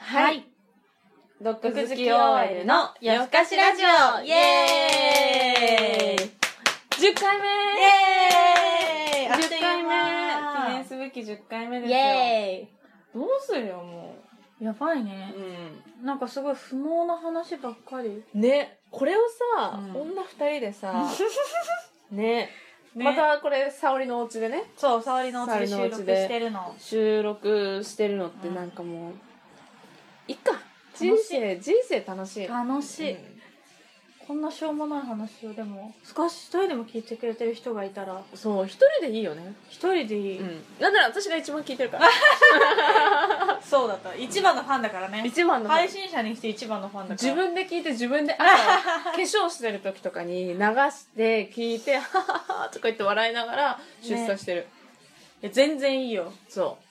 はい。毒毒好好きき OL OL のの夜夜更更かかししララジジオオイイエエーーイイ !10 回目イエー10回イあっという間目記念すべき10回目ですよ。エどうするよ、も。ーイやばいうね。うなんかすごい不毛な話ばっかり。ん。ね、これをさ、うん女二人 でさ、ね、ねまたこれ、沙織のお家でね、そう、沙織のお家で収録してるの。収録してるのってなんかもう、いっか。人生、人生楽しい。楽しい。うこんなしょうもない話をでも、少し一人でも聞いてくれてる人がいたら、んそう、一人でいいよね。一人でいい。うん。なんなら私が一番聞いてるから。そうだった。一番のファンだからね。一番の配信者にして一番のファンだから。自分で聞いて自分で朝化粧してる時とかに流して聞い て「ははは」とか言って笑いながら出産してる、いや全然いいよ。そう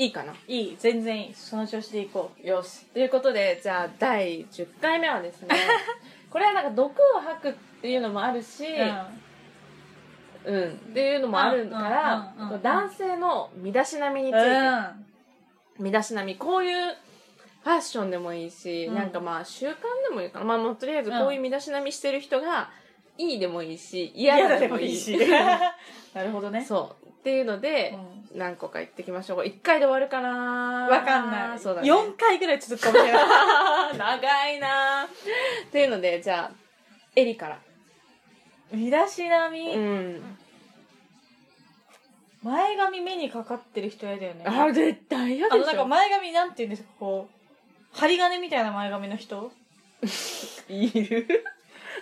いいかないい。全然いい。その調子でいこう。よしということでじゃあ第10回目はです ねこれはなんか毒を吐くっていうのもあるし、うんうんっていうのもあるから、うんうんうんうん男性の身だしなみについて、身だしなみこういうファッションでもいいし、うんなんかまあ習慣でもいいかなまあもうとりあえずこういう身だしなみしてる人がいいでもいいし嫌だでもいい しなるほどね。そうっていうので、う何個か言ってきましょうこれ1回で終わるかなわかんない。そうだね4回ぐらい続くかもしれない。長いなっていうのでじゃあエリから 身だしなみ、うん前髪目にかかってる人嫌だよね。あ絶対嫌であしの、ょなんか前髪なんて言うんですか、こう、針金みたいな前髪の人い る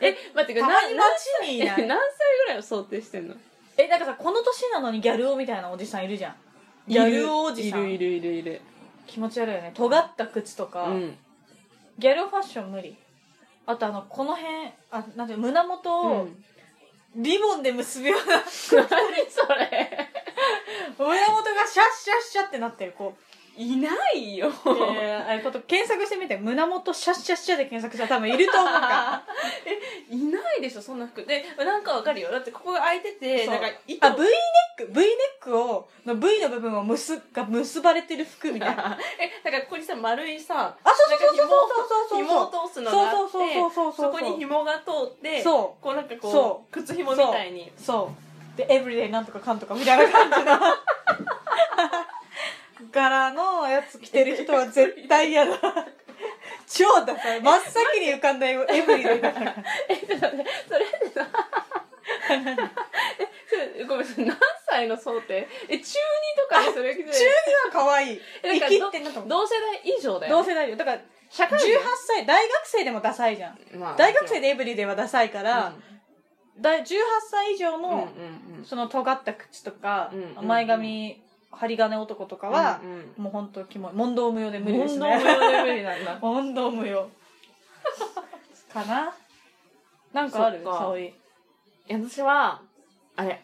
え待ってたこれまに何街にいなえい。 何歳ぐらいを想定してんのえ、なんかさ、この年なのにギャル男みたいなおじさんいるじゃん。ギャルおじさん。いるいるいるいるいる気持ち悪いよね。尖った靴とうか、んギャルファッション無理。あとあの、この辺、あ、なんていうの胸元うをんリボンで結ぶよ うな、何それ胸元がシャッシャッシャッってなってる、こう。いないよえー、あれこと検索してみて胸元シャッシャッシャで検索したら多分いると思う かいないでしょそんな服でなんかわかるよだってここが開いててそうなんか糸あ V ネック V ネックをの V の部分を結が結ばれてる服みた いなえだからここにさ丸いさあそうそうそうそうそう紐をそう通すのがあそうってそそうそうそうそうそうそうこに紐が通ってそうこうなんかこそう靴紐みたいにそうでエブリデイなんとかかんとかみたいな感じの柄のやつ着てる人は絶対嫌だ超ダサい真っ先に浮かんだエブリデイだからそれでさ えそれごめん何歳の想定え中2とかにするわけじゃ中二は可愛いない生だきからってんなと思う同世代以上だ同よね世代よだから社18会人歳大学生でもダサいじゃんまあ大学生でエブリデイはダサいから、だ18歳以上うんうんの、その尖った口とか、うんうんうん前髪針金男とかうんはう、んもう本当キモい問答無用で無理で問す答無ね用で無理なんだ 問答無用かななんかあるそっか沙織いや私はあれ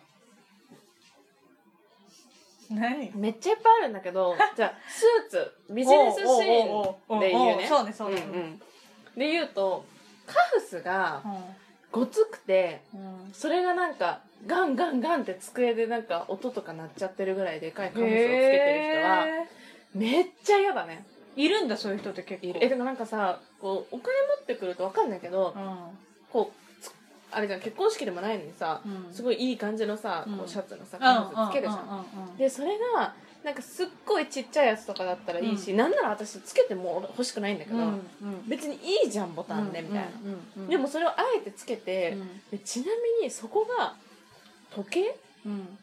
何めっちゃいっぱいあるんだけ どじゃあスーツビジネスシーンで言うねそうねそうねんうんで言うとカフスがごつくてうんうんそれがなんかガンガンガンって机でなんか音とか鳴っちゃってるぐらいでかいカフスをつけてる人はへめっちゃ嫌だねーいるんだそういう人って結構いるえでもなんかさこうお金持ってくると分かんないけどうこうつあれじゃん結婚式でもないのにさんうんすごいいい感じのさこうんうシャツのさうんカフスつけるじゃんうんうんうんうんでそれがなんかすっごいちっちゃいやつとかだったらいいし、なんなら私つけても欲しくないんだけど、うん別にいいじゃんボタンでみたいな、うんうんうんでもそれをあえてつけて、でちなみにそこが時計うん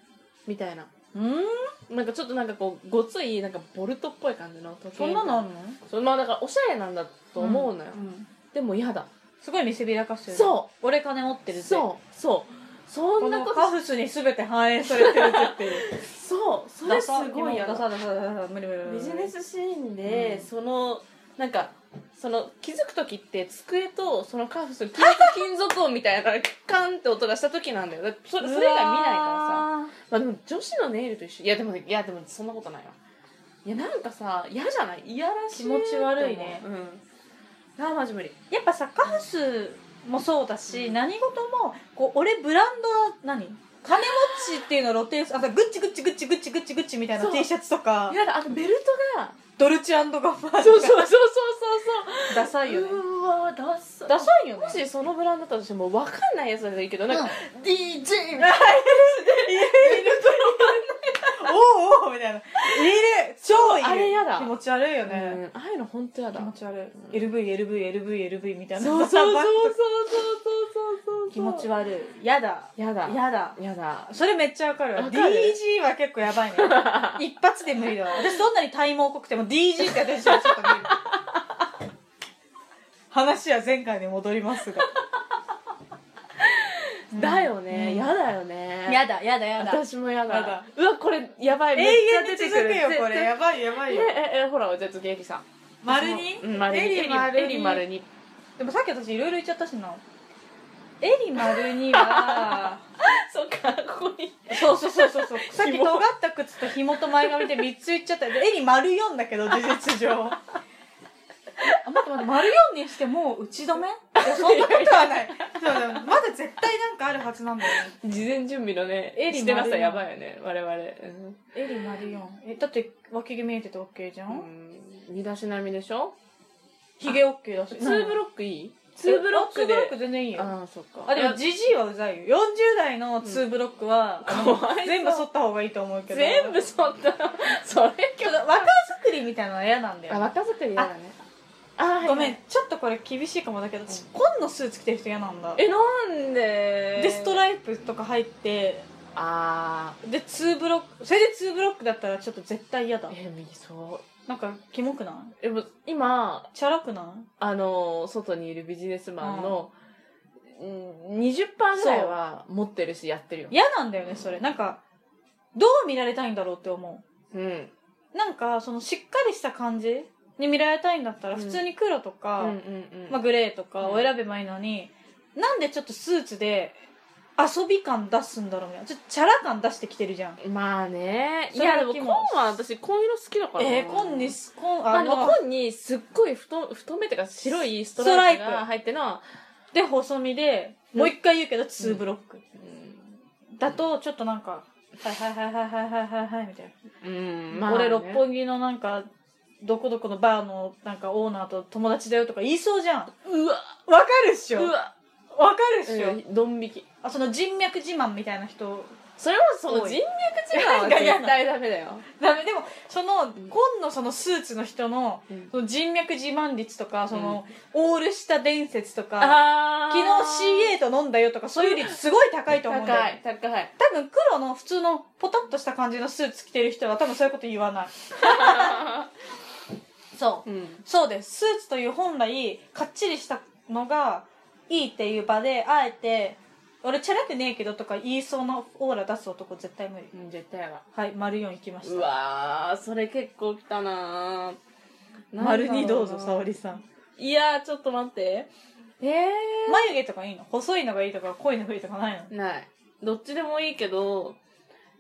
みたいなうんなんかちょっとなんかこうごついなんかボルトっぽい感じの時計そんなのあるのそうまあだからおしゃれなんだと思うのよ、んんでも嫌だすごい見せびらかしてるそう俺金持ってるぜそうそうそこんなのことカフスに全て反映されてるぜって いうそうそれすごい嫌ダだサダサダサダサ無理無理無理ビジネスシーンで、うんそのなんかその気づく時って机とそのカーフする金属金属音みたいなカンって音がした時なんだよだってそれそれ以外見ないからさまあでも女子のネイルと一緒いやでもねいやでもそんなことないわいやなんかさ嫌じゃないいやらしい気持ち悪いねと思ううんあーマジ無理やっぱさカフスもそうだし、うん何事もこう俺ブランドは何金持ちっていうのを露呈すあさグッチグッチグッチグッチグッチグッチみたいなそう T シャツとかいやだあとベルトがドルチアンドガッバーナそうそうそうそうそうダサいそうよねうわダッサダサいよねもしそのブランドだったとしても分かんないやつだったいいけどなんか、DJ みたいなおうおうみたいな入れ超いるあれやだ気持ち悪いよね、うんああいうの本当やだ気持ち悪い LVLVLVLV みたいなそうそうそうそうそうそうそう そう気持ち悪いやだやだやだやだそれめっちゃわかるわわ DG かるは結構や ばいね一発で無理だわ私どんなに体毛濃くても DG って私はちょっと無理話は前回に戻りますが だよね、うんやだよねやだやだやだ私もやだやだうわこれやばい永めっちゃ遠出にて続くるくよこれ絶対やばいやばいよえええほらじゃあ次エリさん丸にうん丸にエエリリ丸にエリ丸にでもさっき私いろいろ言っちゃったしなエリ丸に は そっかここにそうそうそうそうそうさっき紐尖った靴と紐と前髪で3つ言っちゃったでエリ丸4だけど事実上あ待って待って 丸4にしてもう打ち止めいやそんなことはないそうだよまだ絶対なんかあるはずなんだよね事前準備のねエリ丸にしてましたやばいよね我々うんエリ丸4えだって脇毛見えてて OK じゃんうん身だしなみでしょヒゲ OK だしツーブロッロックいいツーブロックツーブロックで全然いいよああそっかあでもジジイはうざいよ40代のツーブロックは、あのかわいそう全部剃った方がいいと思うけど全部そんなそれちょっと若作りみたいなのは嫌なんだよ若作り嫌やだだねあごめんちょっとこれ厳しいかもだけど私紺のスーツ着てる人嫌なんだえなんででストライプとか入ってああでツーブロックそれでツーブロックだったらちょっと絶対嫌だえみそうなんかキモくなでも今いチャラくなあの外にいるビジネスマンの、うん、20%ぐらいは持ってるしやってるよい、嫌なんだよねそれなんかどう見られたいんだろうって思うんうなんかそのしっかりした感じに見られたいんだったらうん普通に黒とうんか、うんうんまあ、グレーとかを選べばいいのに、なんでちょっとスーツで遊び感出すんだろうみたいなちょっとチャラ感出してきてるじゃんまあねいそれはやでもキ紺モは私紺色好きだからなえー、紺にす紺まああでもの、紺にすっごい太太めっていうか白いストライプストライプが入ってるのは、で細身でもう一回言うけど2ブロック、だとちょっとなんか「はいはいはいはいはいはいはいはい」みたいな、うんまあね、俺六本木のなんかどこどこのバーのなんかオーナーと友達だよとか言いそうじゃんわうわかるっしうわわかるっしょ、うんドン引きあその人脈自慢みたいな人それもその人脈違 うは多い絶対ダメだよ、ダメでもそのん紺のそのスーツの人のうんその人脈自慢率とかその、オールした伝説とかあ昨日 CA と飲んだよとかそういう率すごい高いと思うんだよ高い高い多分黒の普通のポタッとした感じのスーツ着てる人は多分そういうこと言 わないそううんそうですスーツという本来かっちりしたのがいいっていう場であえて俺チャラくねえけどとか言いそうなオーラ出す男絶対無理うん絶対やばはい丸4いきましたうわーそれ結構きたなー丸2どうなぞんだ沙ろな織さんいやーちょっと待ってえ眉毛とかいいの細いのがいいとか濃いのがいいとかないー、のないどっちでもいいけど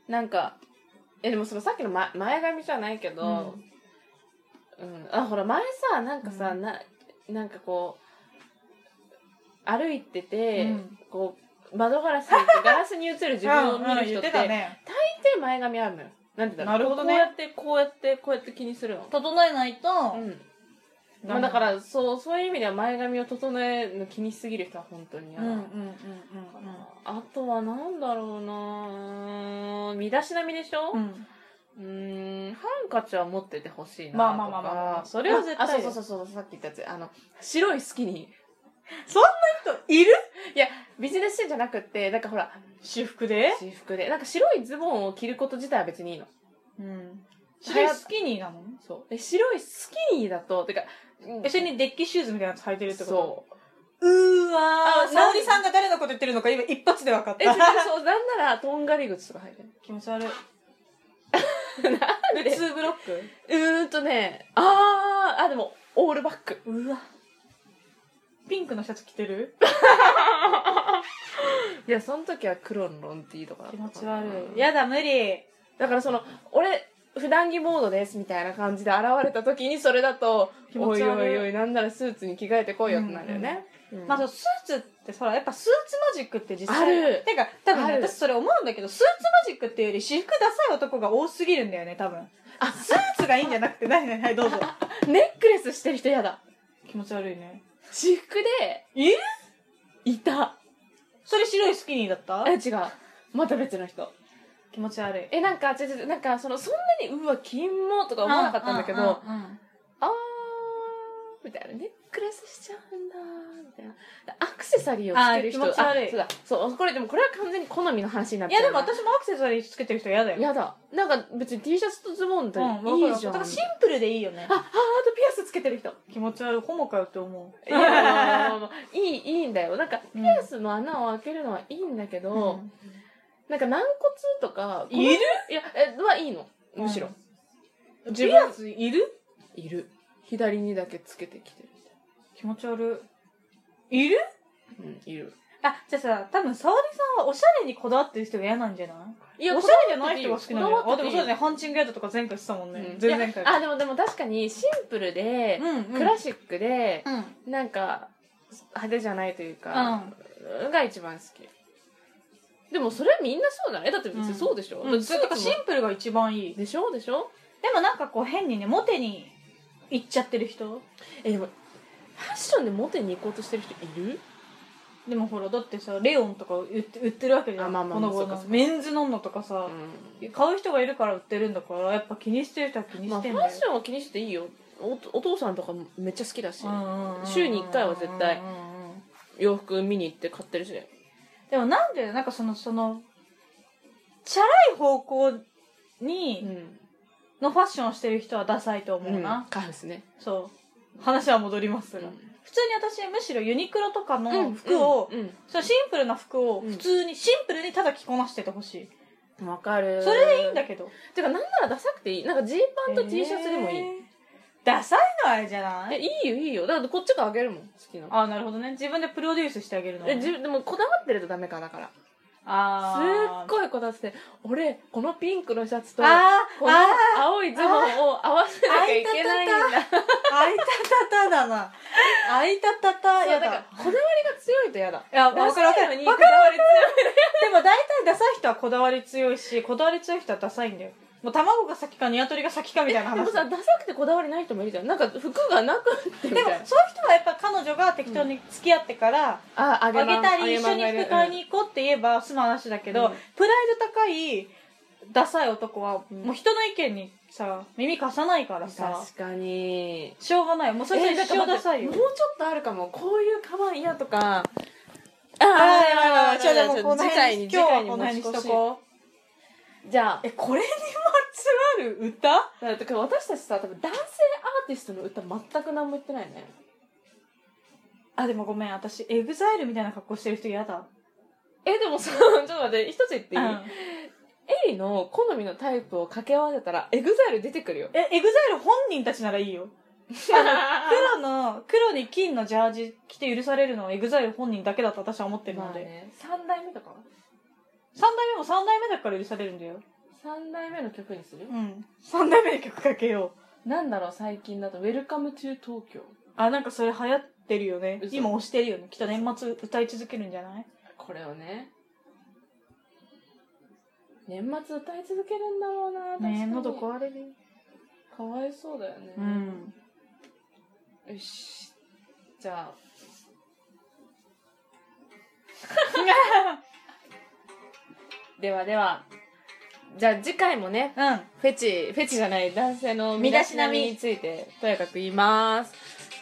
なんかえでもそのさっきの、ま、前髪じゃないけど、うんあほら前さなんかさ、うんななんかこう歩いてて、うんこう窓ガラスにガラスに映る自分を見る人って,、たねで前髪あるのよなんて言うんだろうなるほどねこうやってこうやってこうやって気にするの整えないと、うんまあ、だからそうそういう意味では前髪を整えるの気にしすぎる人は本当にう嫌んだうんうんうんあとはなんだろうな身だしなみでしょうんうんうーんハンカチは持っててほしいなとかまあまあまあまあまあそれは絶対あそうそうそうそうさっき言ったやつあの白いスキニいるーいやビジネスシーンじゃなくってなんかほら私服で私服でなんか白いズボンを着ること自体は別にいいのうんそ白れいスキニーなのそうえ白いスキニーだとてかうん別にデッキシューズみたいなやつ履いてるってことそううーわあー沙織さんが誰のこと言ってるのか今一発で分かっえ全然たそうなんならとんがり口とか入ってる気持ち悪い なんでツーブロックうーんとね、あー、あ、でも、オールバック。うわピンクのシャツ着てるいや、その時は黒のロンティーとかだった気かな持ち悪いやだ無理だからその、俺、普段着モードですみたいな感じで現れた時にそれだと、気持おちいお悪いいおい、なんならスーツに着替えてこいよってなるよね。うんまあそうスーツってさやっぱスーツマジックって実際あるてか多分ねある私それ思うんだけどスーツマジックっていうより私服ダサい男が多すぎるんだよね多分あスーツがいいんじゃなくて何何はいどうぞネックレスしてる人やだ。気持ち悪いね私服で、えいた。それ白いスキニーだったえ、違う。また別の人。気持ち悪いえ、なんか、違う違う、なんか、その、そんなに、うわ、金もとか思わなかったんだけど、うんうんうんあー、みたいな。ネックレスしちゃうんだー、みたいな。アクセサリーをつける人。あー気持ち悪いあそうだ。そう、これ、でもこれは完全に好みの話になっいてるやでも、私もアクセサリーつけてる人嫌だよやだ。なんか、別に T シャツとズボンでうんわかるいいじゃん。だからシンプルでいいよねあ、ハートピアスつけてる人。気持ち悪いホモかよって思ういやまあまあいい、いいんだよ。なんか、うんピアスの穴を開けるのはいいんだけど、 うんなんか軟骨とか、いるいや、え、はいいの。むしろ。自ピ分アスいるいる。左にだけつけてきてる。気持ち悪いいるうん、いる。あじゃあさ多分沙織さんはおしゃれにこだわってる人が嫌なんじゃないいおしゃれじゃない人が好きなんじゃないあでもそうだねハンチングやだとか前回してたもんね、前々回あ、でもでも確かにシンプルで、うんうんクラシックで、うんなんか、派手じゃないというか、が一番好き。でもそれはみんなそうだね。だって別にそうでしょ、うんだってそスーれツともかシンプルが一番いいでしょでしょでもなんかこう変にねモテに行っちゃってる人え、でも、ファッションでモテに行こうとしてる人いるでもほらだってさレオンとか売って売ってるわけじゃんあまあまあこのそ頃うかそうかメンズノンノとかさ、うん買う人がいるから売ってるんだからやっぱ気にしてる人は気にまあ、しフてァんだよッ、ションは気にしてていいよおお父さんとかめっちゃ好きだし、うんうんうん週に一回は絶対うんうんうん洋服見に行って買ってるしでもなんでなんかそのそのチャラい方向に、ん、のファッションをしてる人はダサいと思う、うんな、カフスね、そう話は戻りますが、普通に私むしろユニクロとかの服を、うんそのシンプルな服を普通に、シンプルにただ着こなしててほしい、うんわかるそれでいいんだけどてかなんならダサくていいなんかジーパンと T シャツでもいい、えーダサいのはあれじゃないえいいよいいよだからこっちがあげるもん好きなのああなるほどね自分でプロデュースしてあげるのえ自分でもこだわってるとダメかだからすあっーごいこだわってて俺このピンクのシャツとあーこのあ青いズボンを合わせなきゃいけないんだーあいたたただなあいたたたそうやだからだこだわりが強いとやだいやわダかるわサかいのるにわこかるだわり強いでも大体ダサい人はこだわり強いしこだわり強い人はダサいんだよもう卵が先か鶏が先かみたい なでも話さダサくてこだわりない人もいるじゃんなんか服がなくってみでたいもなそういう人はやっぱ彼女が適当に付き合ってから、あああげたり一緒に服買いに行こうって言えば済む話だけど、うんプライド高いダサい男はうんもう人の意見にさ耳貸さないからさ確かにしょうがないよもうそれ一生ダサいよ、もうちょっとあるかもこういうカバン嫌とかあああじゃあでもこの次回辺にに今日はこの辺にしとこううじゃあえこれにまつわる歌だから私たちさ多分男性アーティストの歌全く何も言ってないねあでもごめん私エグザイルみたいな格好してる人嫌だえでもさ ちょっと待って一つ言っていい、うんエリの好みのタイプを掛け合わせたらエグザイル出てく るよえエグザイル本人たちならいいよ黒の黒に金のジャージ着て許されるのはエグザイル本人だけだと私は思ってるまのあで、ね3代目とかは3代目も3代目だから許されるんだよ3代目の曲にするうん3代目で曲かけようなんだろう最近だと「ウェルカムトゥ東京あなんかそれ流行ってるよね嘘今押してるよねきっと年末歌い続けるんじゃない」これをね年末歌い続けるんだろうな確かにねえ喉壊れるかわいそうだよね、うんよしじゃあ ではではじゃあ次回もねうんフェチフェチじゃない男性の身身だだししななみみについてとやかく言います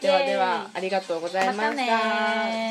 ではではイェーイありがとうございましたまたねーじゃあ